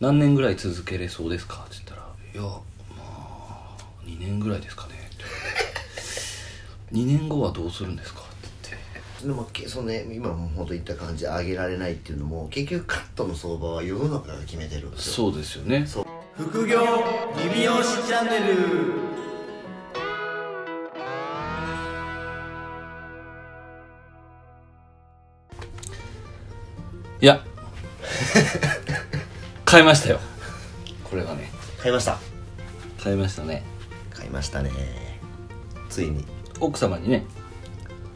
何年ぐらい続けれそうですか?」って言ったら「いやまあ2年ぐらいですかね」2年後はどうするんですか?」って言ってでもけそのね今もほんと言った感じ上げられないっていうのも結局カットの相場は世の中が決めてるんですよそうですよね副業リビオシチャンネルいや買いましたよこれがね買いました買いましたね買いましたねついに奥様にね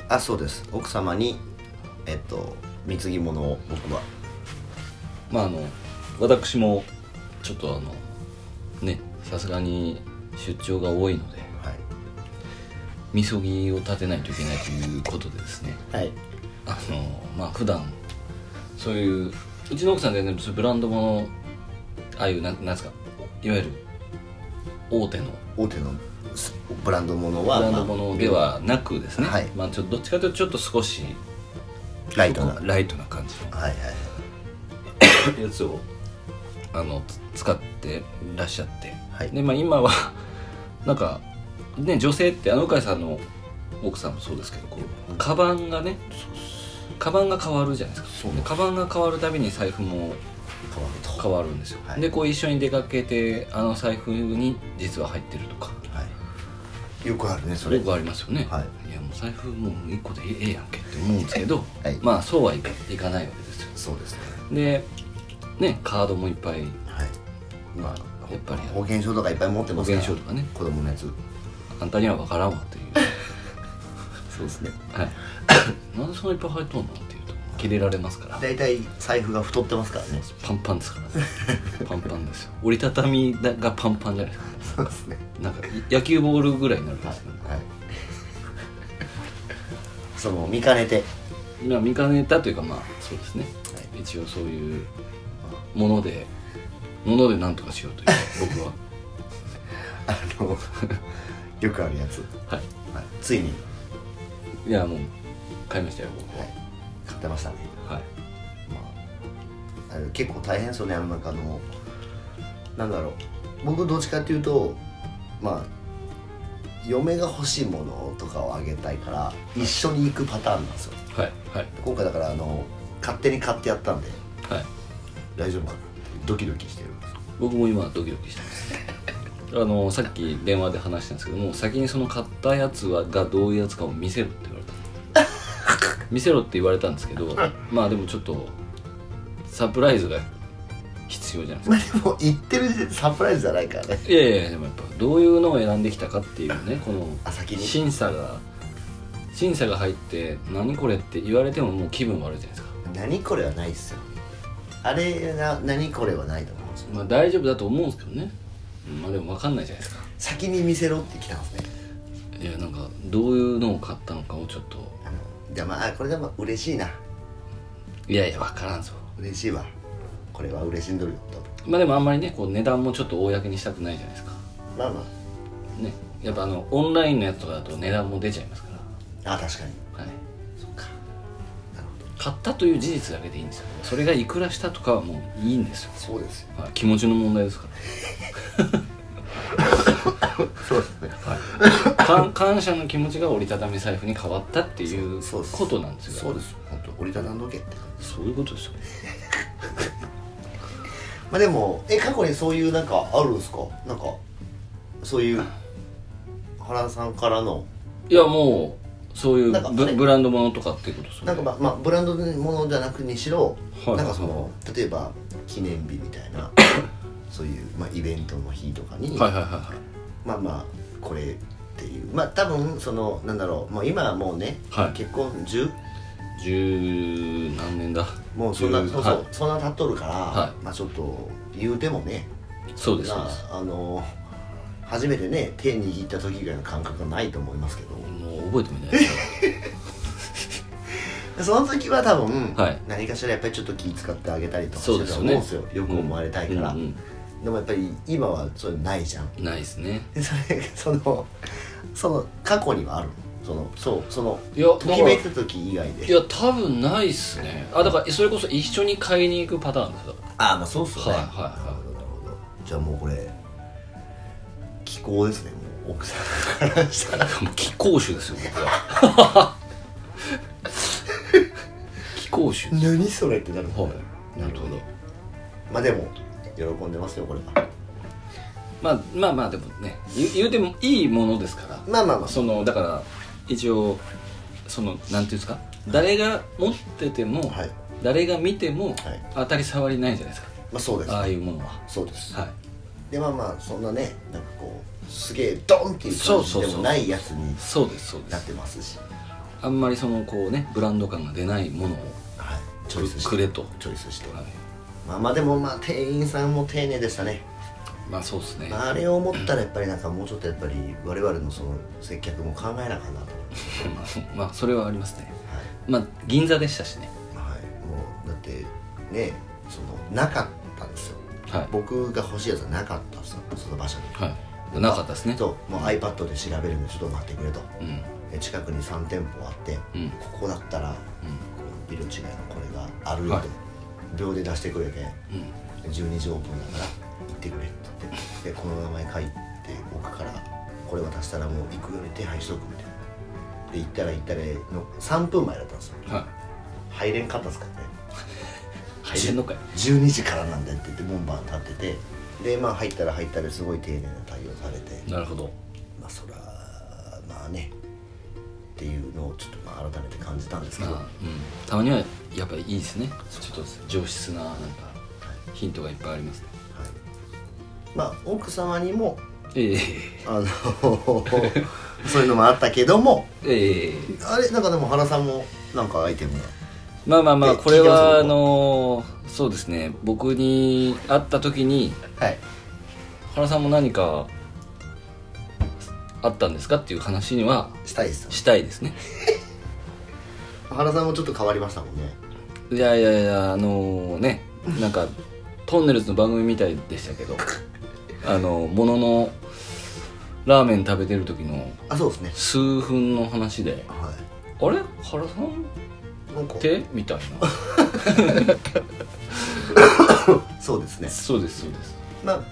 あそうです奥様にえっと貢ぎ物を僕はまああの私もちょっとあのねさすがに出張が多いのではいみそぎを立てないといけないということでですねはいあのまあ普段そういううちの奥さん全然そういうブランドものああいうなんなんですかいわゆる大手の大手のすブランド物ブはランドものでまはなくですね、はいまあ、ちょっとどっちかというとちょっと少しあライトなはそいこライトな感じはいのやつをあのつ使ってらっしゃって、はいで、まあ、今は なんか、ね、女性ってあの鵜飼さんの奥さんもそうですけどこうカバンがねカバンが変わるじゃないですそかうなんでですカバンが変わるたびに財布も変わると変わるんですよ、はいでこう一緒に出かけてあの財布に実は入ってるとかはいよくあるねそれよくありますよね、、はいやもう財布もう1個でええやんけって思うんですけど、はいまあそうはいかいかないわけですよそうですねでねカードもいっぱいはいまあやっぱり保険証とかいっぱい持って保ますから険証とかね子供のやつあんたには分からんわっていうそうですねはいなんでそんないっぱい入っとんのっていうと切れられますから大体財布が太ってますからねパンパンですからねパンパンですよ折りたたみがパンパンじゃないですかそうですねなんか野球ボールぐらいになるんですよねはいその見かねてまあ見かねたというかまあそうですね、一応そういうものでものでなんとかしようという僕はあのよくあるやつ、ははい、ついに、いいやもう買いましたよ僕はい、買ってましたね、ははいまあ、あれ結構大変ですよねあのなんかあのなんだろう僕どっちかっていうとまあ嫁が欲しいものとかをあげたいから一緒に行くパターンなんですよはいはい今回だからあの勝手に買ってやったんではい大丈夫かなってドキドキしてるんですよ僕も今ドキドキしてますあのさっき電話で話したんですけども先にその買ったやつはがどういうやつかを見せろって言われた見せろって言われたんですけどまあでもちょっとサプライズが必要じゃないですかまあでも言ってる時点でサプライズじゃないからねいやいやいやでもやっぱどういうのを選んできたかっていうねこのあ先に審査が審査が入って「何これ?」って言われてももう気分悪いじゃないですか、何これはないっすよあれな何これはないと思うんですよまあ、大丈夫だと思うんですけどねまあでも分かんないじゃないですか先に見せろって来たんですねいやなんかどういうのを買ったのかをちょっとあのじゃあまああこれでも嬉しいないやいや分からんぞ嬉しいわこれは嬉しんどるよ多分まあでもあんまりねこう値段もちょっと公にしたくないじゃないですかまあまねやっぱあのオンラインのやつとかだと値段も出ちゃいますからああ確かにはいそっかなるほど買ったという事実だけでいいんですよそれがいくらしたとかはもういいんですよそうですよはい、気持ちの問題ですかそうですねら、感感謝の気持ちが折りたたみ財布に変わったっていうそうですことなんですよそうですよ本当折りたたんどけってそういうことですよまあでもえ過去にそういうなんかあるんですかなんかそういう原さんからのいやもうそういうなんかブねブランドものとかっていうことですよねなんかまあ、まあ、ブランドのものじゃなくにしろ、はいなんかその例えば記念日みた いなそういう、まあ、イベントの日とかに、はいはいはいはいまあまあこれっていうまあ多分そのなんだろうもう今はもうね、はい結婚10十何年だもうそんな十そうそう、はい、そんな経っとるから、はまあちょっと言うてもねそうですそうまですああの初めてね手握った時ぐらいの感覚はないと思いますけどもう覚えてもいないですよでその時は多分、はい何かしらやっぱりちょっと気使ってあげたりとかそうしてでたすとよ思うねんですよよく思われたいから、うんうんでもやっぱり今 はそういうのないじゃんうんないですねでそれそのその過去にはあるのそのそうそのいやだとからきめいた時以外いでや多分ないっすねあだからそれこそ一緒に買いに行くパターンですだかああまあそうっすよねはいはいはいなるほどなるほどじゃあもうこれ気候ですねもう奥さんからした ららもう貴公子ですよ僕は 貴公子です何それってなるもんねはいなるほどまあでも喜んでますよこれはまあまあまあでもね言う言うてもいいものですからまあまあまあそのだから一応そのなんていうんですか誰が持ってても、はい誰が見ても、い当たり障りないじゃないですかまあそうですああいうものはそうですはでまあまあそんなねなんかこうすげえドンっていうそ感うじそうでそうもないやつにいそうですそうでなっすてますしあんまりそのこうねブランド感が出ないものをはいチョイスしてくれと、はチョイスしてい、まあまあでもまあ店員さんも丁寧でしたねまあそうですね、まああれを思ったらやっぱりなんかもうちょっとやっぱり我々のその接客も考えなあかんなと思っ てまあそれはありますねはいまあ銀座でしたしねはい、もうだってねそのなかったんですよはい僕が欲しいやつはなかったんですよその場所にはいなかったですねそうもう iPad で調べるんでちょっと待ってくれとうんで近くに3店舗あって、うんここだったら、このビル違いのこれがあるよと、はい秒で出してくれてでうんうん12時オープンだから行ってくれって言ってでこの名前書いて僕からこれ渡したらもう行くように手配しとくみたいなで行ったら行ったらの3分前だったんですよはい入れんかったですからね入れんのかい12時からなんだよって言って門番立っててでまあ入ったら入ったらすごい丁寧な対応されてなるほどまあそらまあねっていうのをちょっとまあ改めて感じたんですけまあ、ど、うんは、たまにはやっぱりいいですねちょっと上質ななんかヒントがいっぱいありますねい、まあ奥様にもええあの そういうのもあったけどもええあれなんかでも原さんもなんかアイテムがまあまあまあでこれはあ聞いてますのそうですね僕に会った時にはい原さんも何かあったんですかっていう話にはしたいですよねしたいですね原さんもちょっと変わりましたもんねいやいやいやあのねなんかトンネルズの番組みたいでしたけ どあのもののラーメン食べてる時のあそうですね数分の話では「あれ原さんいなんかって?」みたいなそうです ねそうですそうですま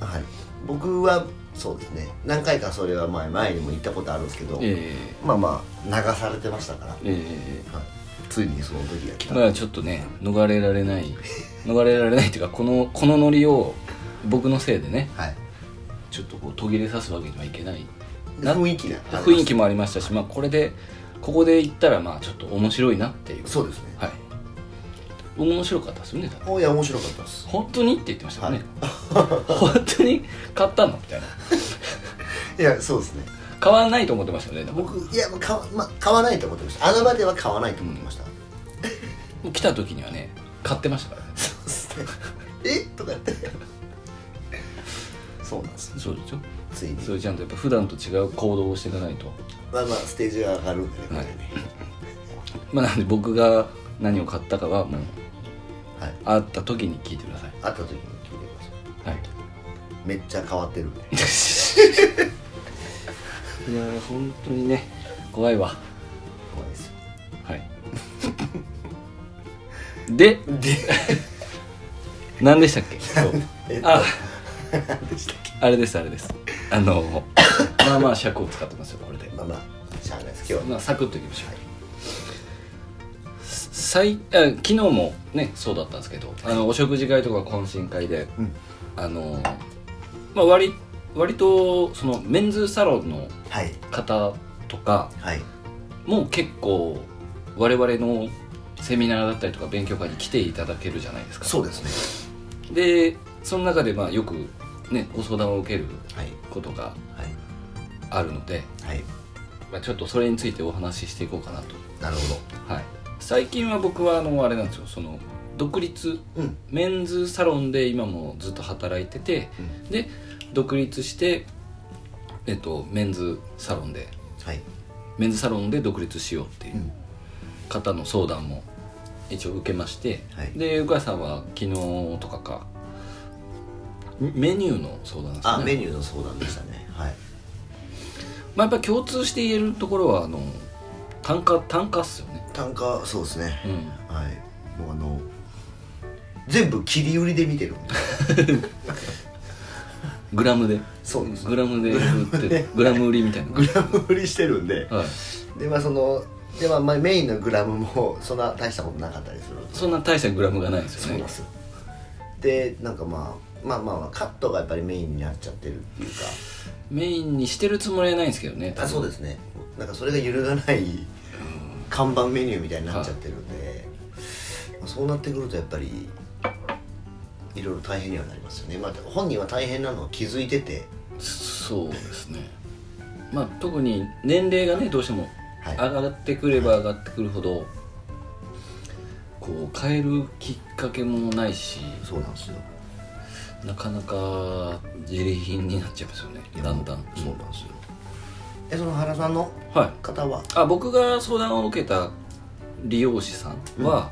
あはい僕はそうですね何回かそれは前前にも行ったことあるんですけど、えまあまあ流されてましたから、ええはいついにその時が来えた、まあちょっとね逃れられない逃れられないっていうかこのこのノリを僕のせいでねはいちょっとこう途切れさすわけにはいけないでな雰囲気があります雰囲気もありましたし、まあ、これでここで行ったらまあちょっと面白いなっていうそうですねはい面白かったですよね多分おいや面白かったです本当にって言ってましたよね、 本当に買ったのみたいないやそうですね買わないと思ってましたよね多分僕いや買わ,、まあ、買わないと思ってましたあの場では買わないと思ってました、もう来た時にはね買ってましたからねそうですね えとか言ってそうなんですそうですよついにそれちゃんとやっぱ普段と違う行動をしていかないとまあまあステージが上がるんでねこれねまあなんで僕が何を買ったかはもうはい、会った時に聞いてください会った時に聞いてくはださいいめっちゃ変わってるんでいやー本当にね怖いわ怖いですよはいでで何でしたっけそうえっとあ何でしたっけあれですあれですあのまあまあ尺を使ってますよこれでまあまあしゃあないです今日はまあサクッといきましょう、さいあ昨日もねそうだったんですけどあのお食事会とか懇親会で、うんあのまあ割割とそのメンズサロンのはい方とかはいも結構我々のセミナーだったりとか勉強会に来ていただけるじゃないですかそうですでその中でまあよくねご相談を受けるねはいことがはいあるので、はいまあ、ちょっとそれについてお話ししていこうかなと、なるほはい、最近は僕はあのあれなんですよその独立どうんメンズサロンで今もずっと働いててうんで独立して、えっと、メンズサロンではいメンズサロンで独立しようっていううん方の相談も一応受けまして、はいでゆかさんは昨日とかかメメニューの相談ですねあメニューの相談でしたねはいまあ、やっぱり共通して言えるところはあの単価単価っすよね単価そうですねうんはいもうあの全部切り売りで 見てるもんグラムでそうですグラムで売ってるグラム売りみたいグラム売りしてるんでな、はい、でまあそのでまあまあメインのグラムも そんな大したことなかったりするそんな大したグラムがないですそうよなねんですよでなんかまあまあまあまあカットがやっぱりメインになっちゃってるっていうかメインにしてるつもりはないんですけどねあそうですねなんかそれが揺るがない看板メニューみたいになっちゃってるんで、まあそうなってくるとやっぱりいろいろ大変にはなりますよね、まあ、本人は大変なのを気づいててそうですねまあ特に年齢がねどうしてもはい上がってくれば上がってくるほど、こう変えるきっかけもないしそうなんですよなかなか自利品になっちゃいますよねだんだんそうなんですよえその原さんのはい方はあ僕が相談を受けた利用師さんは、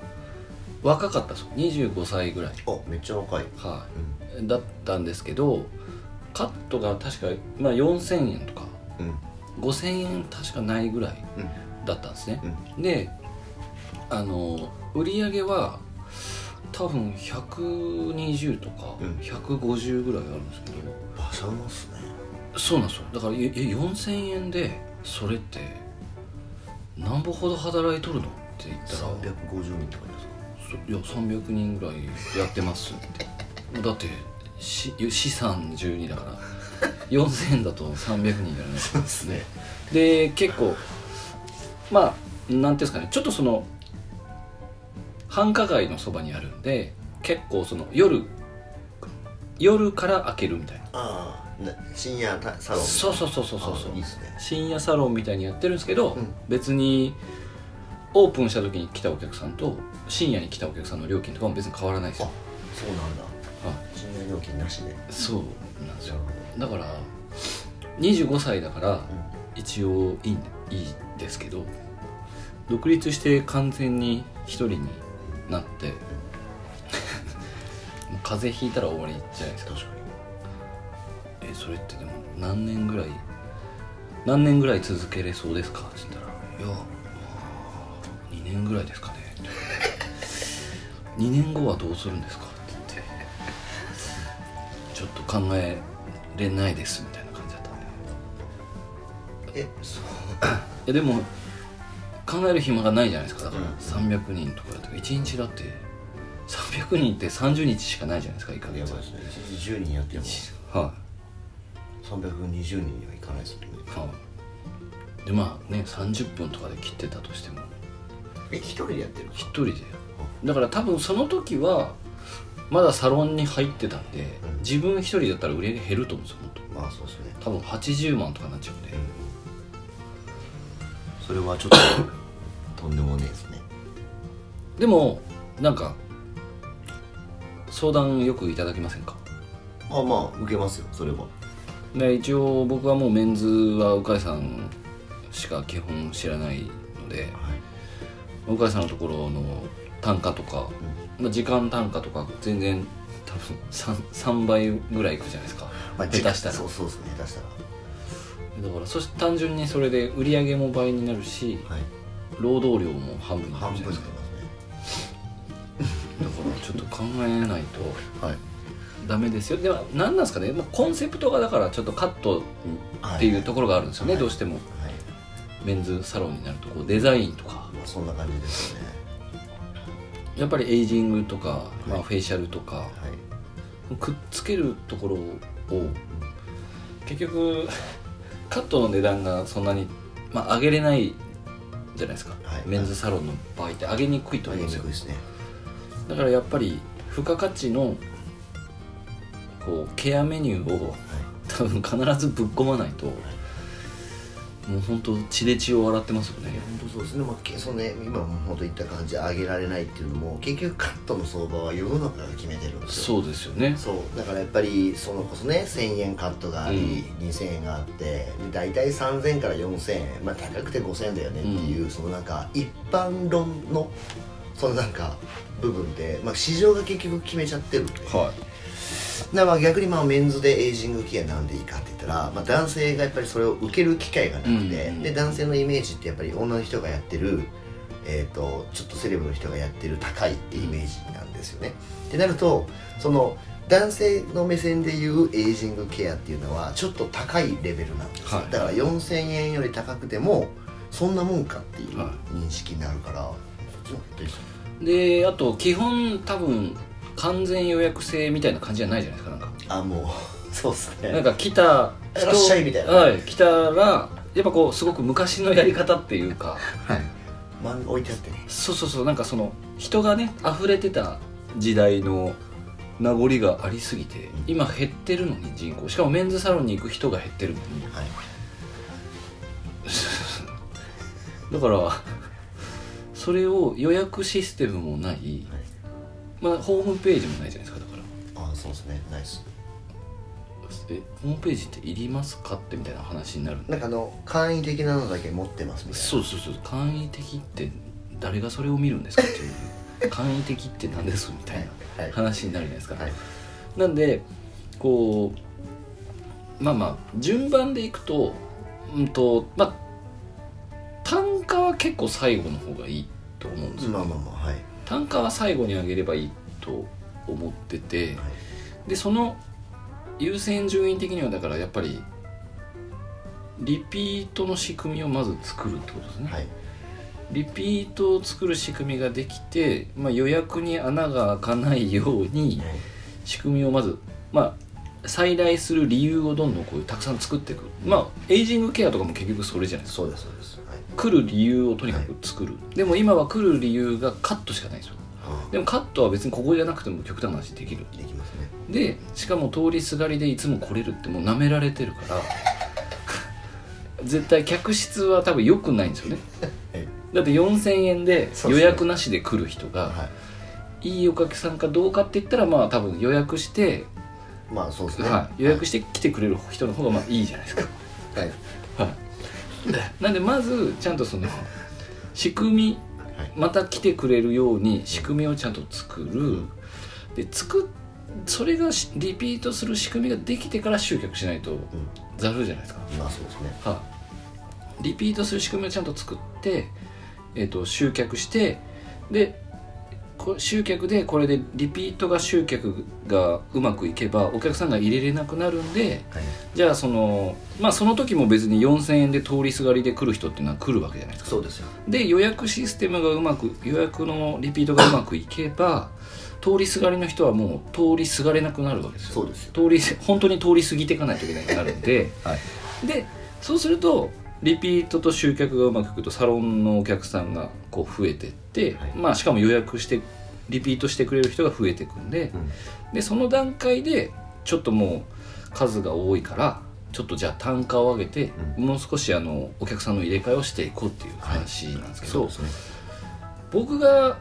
若かったそう25歳ぐらい、あめっちゃ若い、はういだったんですけどカットが確か、まあ、4000円とかんうん5000円確かないぐらいだったんですね、であの売り上げは多分120とかうん150ぐらいあるんですけど、馬車のっすねそうなんですよだからええ4000円でそれってなんぼほど働いとるのって言ったら350人とかですかそいや300人ぐらいやってますってだってし資産12だから4000円だと300人やらないそうですねで結構まあなんていうんですかねちょっとその繁華街のそばにあるんで結構その夜夜から開けるみたいなああね深夜たサロンそうそうそうそうそうそうあいいっすね深夜サロンみたいにやってるんですけど、うん別にオープンした時に来たお客さんと深夜に来たお客さんの料金とかも別に変わらないですよあそうなんだは深夜料金なしでいそうなんですよなるほだから25歳だから一応いいんいいですけど独立して完全に一人になって もう風邪ひいたら終わりじゃないですか確かえそれってでも何年ぐらい何年ぐらい続けれそうですか?」って言ったら「いや2年ぐらいですかね」2年後はどうするんですか?」って言って「ちょっと考えれないです」みたいな感じだったんでにえそうえでも考える暇がないじゃないですかだからうん300人とかだと1日だって300人って30日しかないじゃないですか1ヶや月ばいですね一日10人やってもはい320人にはいかないですもんねはい、でまあね30分とかで切ってたとしてもえ一人でやってるんです一か人でだから多分その時はまだサロンに入ってたんでうん自分一人だったら売り上げ減ると思うんですよもっとまあそうですね多分80万とかになっちゃうんでそれはちょっととんでもねえですねでもなんか相談よくいただけませんかあまあ受けますよそれはで一応僕はもうメンズは鵜飼さんしか基本知らないのではい鵜飼さんのところの単価とか、まあ、時間単価とか全然多分 3, 3倍ぐらいいくじゃないですか、下手したらそうそうですね下手したらだからそして単純にそれで売り上げも倍になるしはい労働量も半分にな半る分じにゃなないりでますかすねだからちょっと考えないとはいダメですよでは何なんですかね、まあ、コンセプトがだからちょっとカットっていうところがあるんですよね、はいどうしてもはいメンズサロンになるとこうデザインとかまあそんな感じですよねやっぱりエイジングとか、まはあ、いフェイシャルとかはいくっつけるところを結局カットの値段がそんなに、まあ、上げれないじゃないですか、はいメンズサロンの場合って上げにくいと取思うりんでにすくよいですねだからやっぱり付加価値のこうケアメニューをは多分必ずぶっ込まないともう本当血で血を洗ってますよねい本当そうですね、まあ、けそのね今も本当言った感じで上げられないっていうのも結局カットの相場は世の中が決めてるんですよそうですよねそうだからやっぱりそのこそね1000円カットがあり、2000円があってで大体3000から4000円まあ高くて5000円だよねっていう、そのなんか一般論のそのなんか部分で、まあ、市場が結局決めちゃってるんで、はだからまあ逆にまあメンズでエイジングケアなんでいいかって言ったら、まあ、男性がやっぱりそれを受ける機会がなくて、うんうんで男性のイメージってやっぱり女の人がやってる、えー、とちょっとセレブの人がやってる高いってイメージなんですよね。ってなるとその男性の目線でいうエイジングケアっていうのはちょっと高いレベルなんですよ、はいだから4000円より高くてもそんなもんかっていうは認識になるから、そっちの方がいいですよねであと基本多分完全予約制みたいな感じじゃないじゃないですかなんかあもうそうっすねなんか来たいらっしゃいみたいなはい、来たらやっぱこうすごく昔のやり方っていうかはい漫画置いてあってねそうそうそうなんかその人がね溢れてた時代の名残がありすぎて今減ってるのに人口しかもメンズサロンに行く人が減ってるのにはいだから それを予約システムもない、まあ、ホームページもないじゃないですかだからあそうですねナイスえホームページっていりますかってみたいな話になるんでなんかあの簡易的なのだけ持ってますみたいなそうそうそう簡易的って誰がそれを見るんですかっていう簡易的って何ですみたいはない話になるじゃないですか、はいなんでこうまあまあ順番でいくとうんとまあ単価は結構最後の方がいいと思うんですよ、まあまあまあはい単価は最後に上げればいいと思っててはいでその優先順位的にはだからやっぱりリピートの仕組みをまず作るってことですね、はいリピートを作る仕組みができて、まあ、予約に穴が開かないように仕組みをまず、まあ、再来する理由をどんどんこうたくさん作っていくまあエイジングケアとかも結局それじゃないですかそうですそうですはい来る理由をとにかく作る、でも今は来る理由がカットしかないんですよはでもカットは別にここじゃなくても極端な話できるあできますねでしかも通りすがりでいつも来れるってもう舐められてるから絶対客室は多分良くないんですよねはいだって4000円でそう予ですね約なしで来る人がはいいいお客さんかどうかって言ったらまあ多分予約して、まあそうですねはい、予約して来てくれる人の方がまあいいじゃないで すか、はいはいはい、なんでまずちゃんとその仕組みはいまた来てくれるように仕組みをちゃんと作るで作っそれがしリピートする仕組みができてから集客しないとうざるじゃないですか、んまあそうですねはい、リピートする仕組みをちゃんと作って、えー、と集客してでこ集客でこれでリピートが集客がうまくいけばお客さんが入れれなくなるんではいじゃあそのまあその時も別に4,000円で通りすがりで来る人っていうのは来るわけじゃないですかそうですよで予約システムがうまく予約のリピートがうまくいけば通りすがりの人はもう通りすがれなくなるわけですよそうですよ通り本当に通り過ぎていかないといけなくなるんで はいでそうするとリピートと集客がうまくいくとサロンのお客さんがこう増えてって、はいまあ、しかも予約してリピートしてくれる人が増えていくんでうんでその段階でちょっともう数が多いからちょっとじゃあ単価を上げて、うもう少しあのお客さんの入れ替えをしていこうっていう話なんですけど、そうですね僕が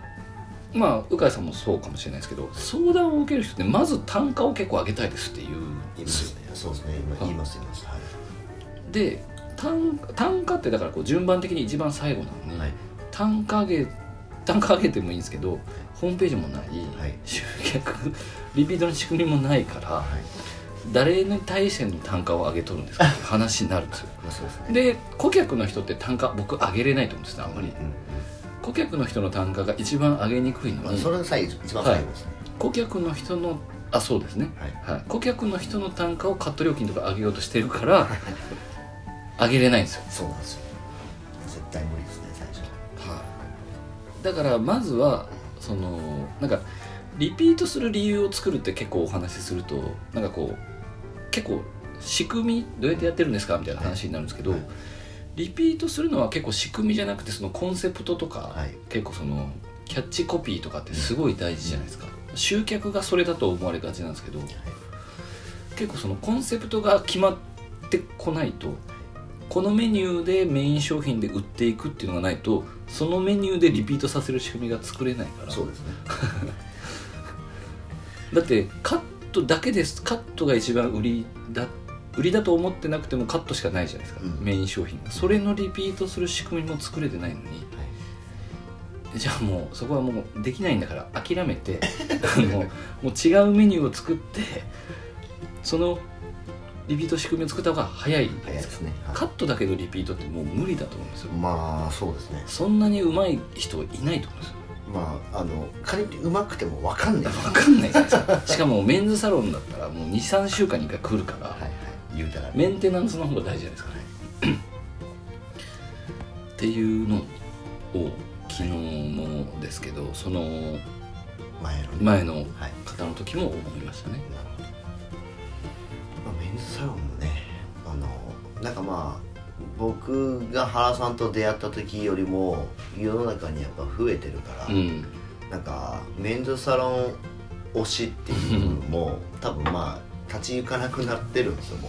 まあ鵜飼さんもそうかもしれないですけど相談を受ける人ってまず単価を結構上げたいですっていうん言いでますよすねそうですね今言います言いますはで単単価ってだからこう順番的に一番最後なのいに、はい単価上げ単価上げてもいいんですけどホームページもない、はい集客リピートの仕組みもないからはい誰に対しての単価を上げとるん ですかっていう話になるんですよまあそうですねで顧客の人って単価僕上げれないと思うんですねあんまりうんうん顧客の人の単価が一番上げにくいのまあにそれが最一番最後ですね顧客の人のあそうですね、はいはい、顧客の人の単価をカット料金とか上げようとしてる から上げれないんですよそうなんですよ絶対無理ですね最初だからまずはそのなんかリピートする理由を作るって結構お話しするとなんかこう結構仕組みどうやってやってるんですかみたいな話になるんですけど、はいリピートするのは結構仕組みじゃなくてそのコンセプトとか、はい結構そのキャッチコピーとかってすごい大事じゃないですか、集客がそれだと思われがちなんですけど結構そのコンセプトが決まってこないとこのメニューでメイン商品で売っていくっていうのがないとそのメニューでリピートさせる仕組みが作れないからそうですねだってカットだけですカットが一番売りだ売りだと思ってなくてもカットしかないじゃないですか、うんメイン商品がそれのリピートする仕組みも作れてないのにはいえじゃあもうそこはもうできないんだから諦め てあのもう違うメニューを作ってそのリピート仕組みを作った方が早いじゃない早いでですかすねカットだけのリピートってもう無理だと思うんですよまあそうですねそんなにうまい人いないと思うんですよまああの仮にうまくても分かんない分かんないじゃないですか しかもメンズサロンだったらもう23週間に1回来るから、はいはい言うたらメンテナンスの方が大事じゃないですかねっていうのを昨日のですけどその前のね前のはい方の時も思いましたねなるほどまあメンズサロンもねあのなんかまあ僕が原さんと出会った時よりも世の中にやっぱ増えてるから、うんなんかメンズサロン推しっていう部分も多分まあ立ち行かなくなってるんですよも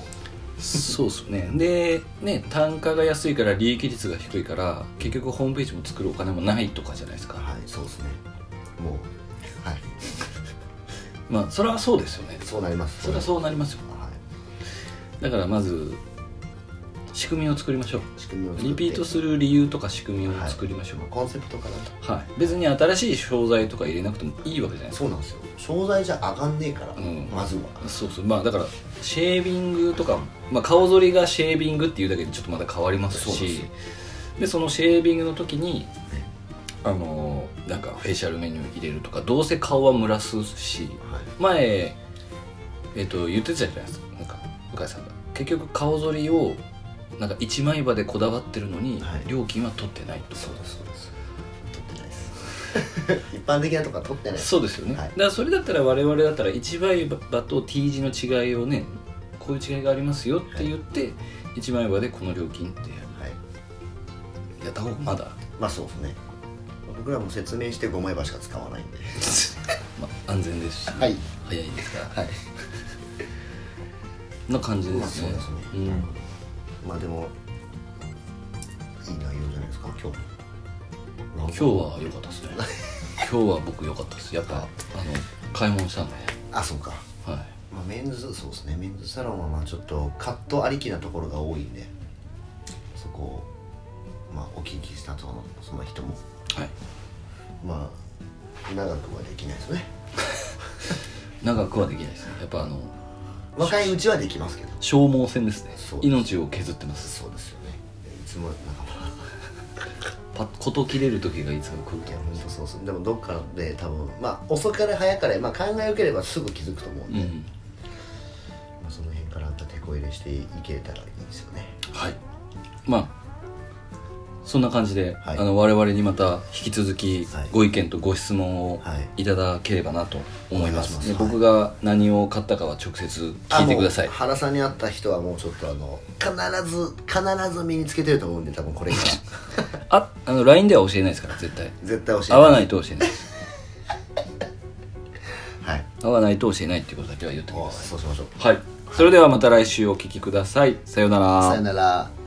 うそうっすよねでね単価が安いから利益率が低いから結局ホームページも作るお金もないとかじゃないですかはいそうですねもうはいまあそれはそうですよねそうなりますそれはそうなりますよはだからまず仕組みを作りましょうい仕組みを作ってリピートする理由とか仕組みを作りましょう、コンセプトからとはい、別に新しい商材とか入れなくてもいいわけじゃないですかそうなんですよ商材じゃ上がんねえから、うんまずはそうそうまあだからシェービングとか、まあ、顔剃りがシェービングっていうだけでちょっとまだ変わりますそうでしすでそのシェービングの時にあのーなんかフェイシャルメニュー入れるとかどうせ顔は蒸らすしはい前、えっと言ってたじゃないですかなんか向井さんが結局顔剃りをなんか一枚刃でこだわってるのに、はい料金は取ってないとそうですそうです取ってないです 一般的なとか取ってないですそうですよね、はいだからそれだったら我々だったら一枚刃と T 字の違いをねこういう違いがありますよって言って、一枚刃でこの料金ってはいやった方がまだ、 まあそうですね僕らも説明して5枚刃しか使わないん でまあ、安全ですし、はい早いですからはい な感じでまあすそうね,、ですね、んなるほどまあでもいい内容じゃないですか今日今日は良かったですね今日は僕良かったですやっぱあの買い物したんで、あそうか、はまあ、メンズそうですねメンズサロンはまあちょっとカットありきなところが多いんでそこをまあお聞きしたとその人もいはい、まあ長くはできないですね長くはできないですねやっぱあの若いうちはできますけど消耗戦ですねそうです命を削ってますそうですよねいつもなんかパッこと切れる時がいつか来るいとや思本当そうそうでもどっかで多分まあ遅かれ早かれ、まあ、考えよければすぐ気づくと思うんうで、うんまあ、その辺からあった手こ入れしていけたらいいですよねはいまあそんな感じで、はいあの我々にまた引き続きはいご意見とご質問をはいいただければなと思います,、でお願いしますはい僕が何を買ったかは直接聞いてくださいあもう原さんに会った人はもうちょっとあの必ず必ず身につけてると思うんで多分これ からああの LINE では教えないですから絶対絶対教えて合わないと教えないですはい合わないと教えないっていうことだけは言ってくださいそうしましょうはいそれではまた来週お聞きくださいさようさよなら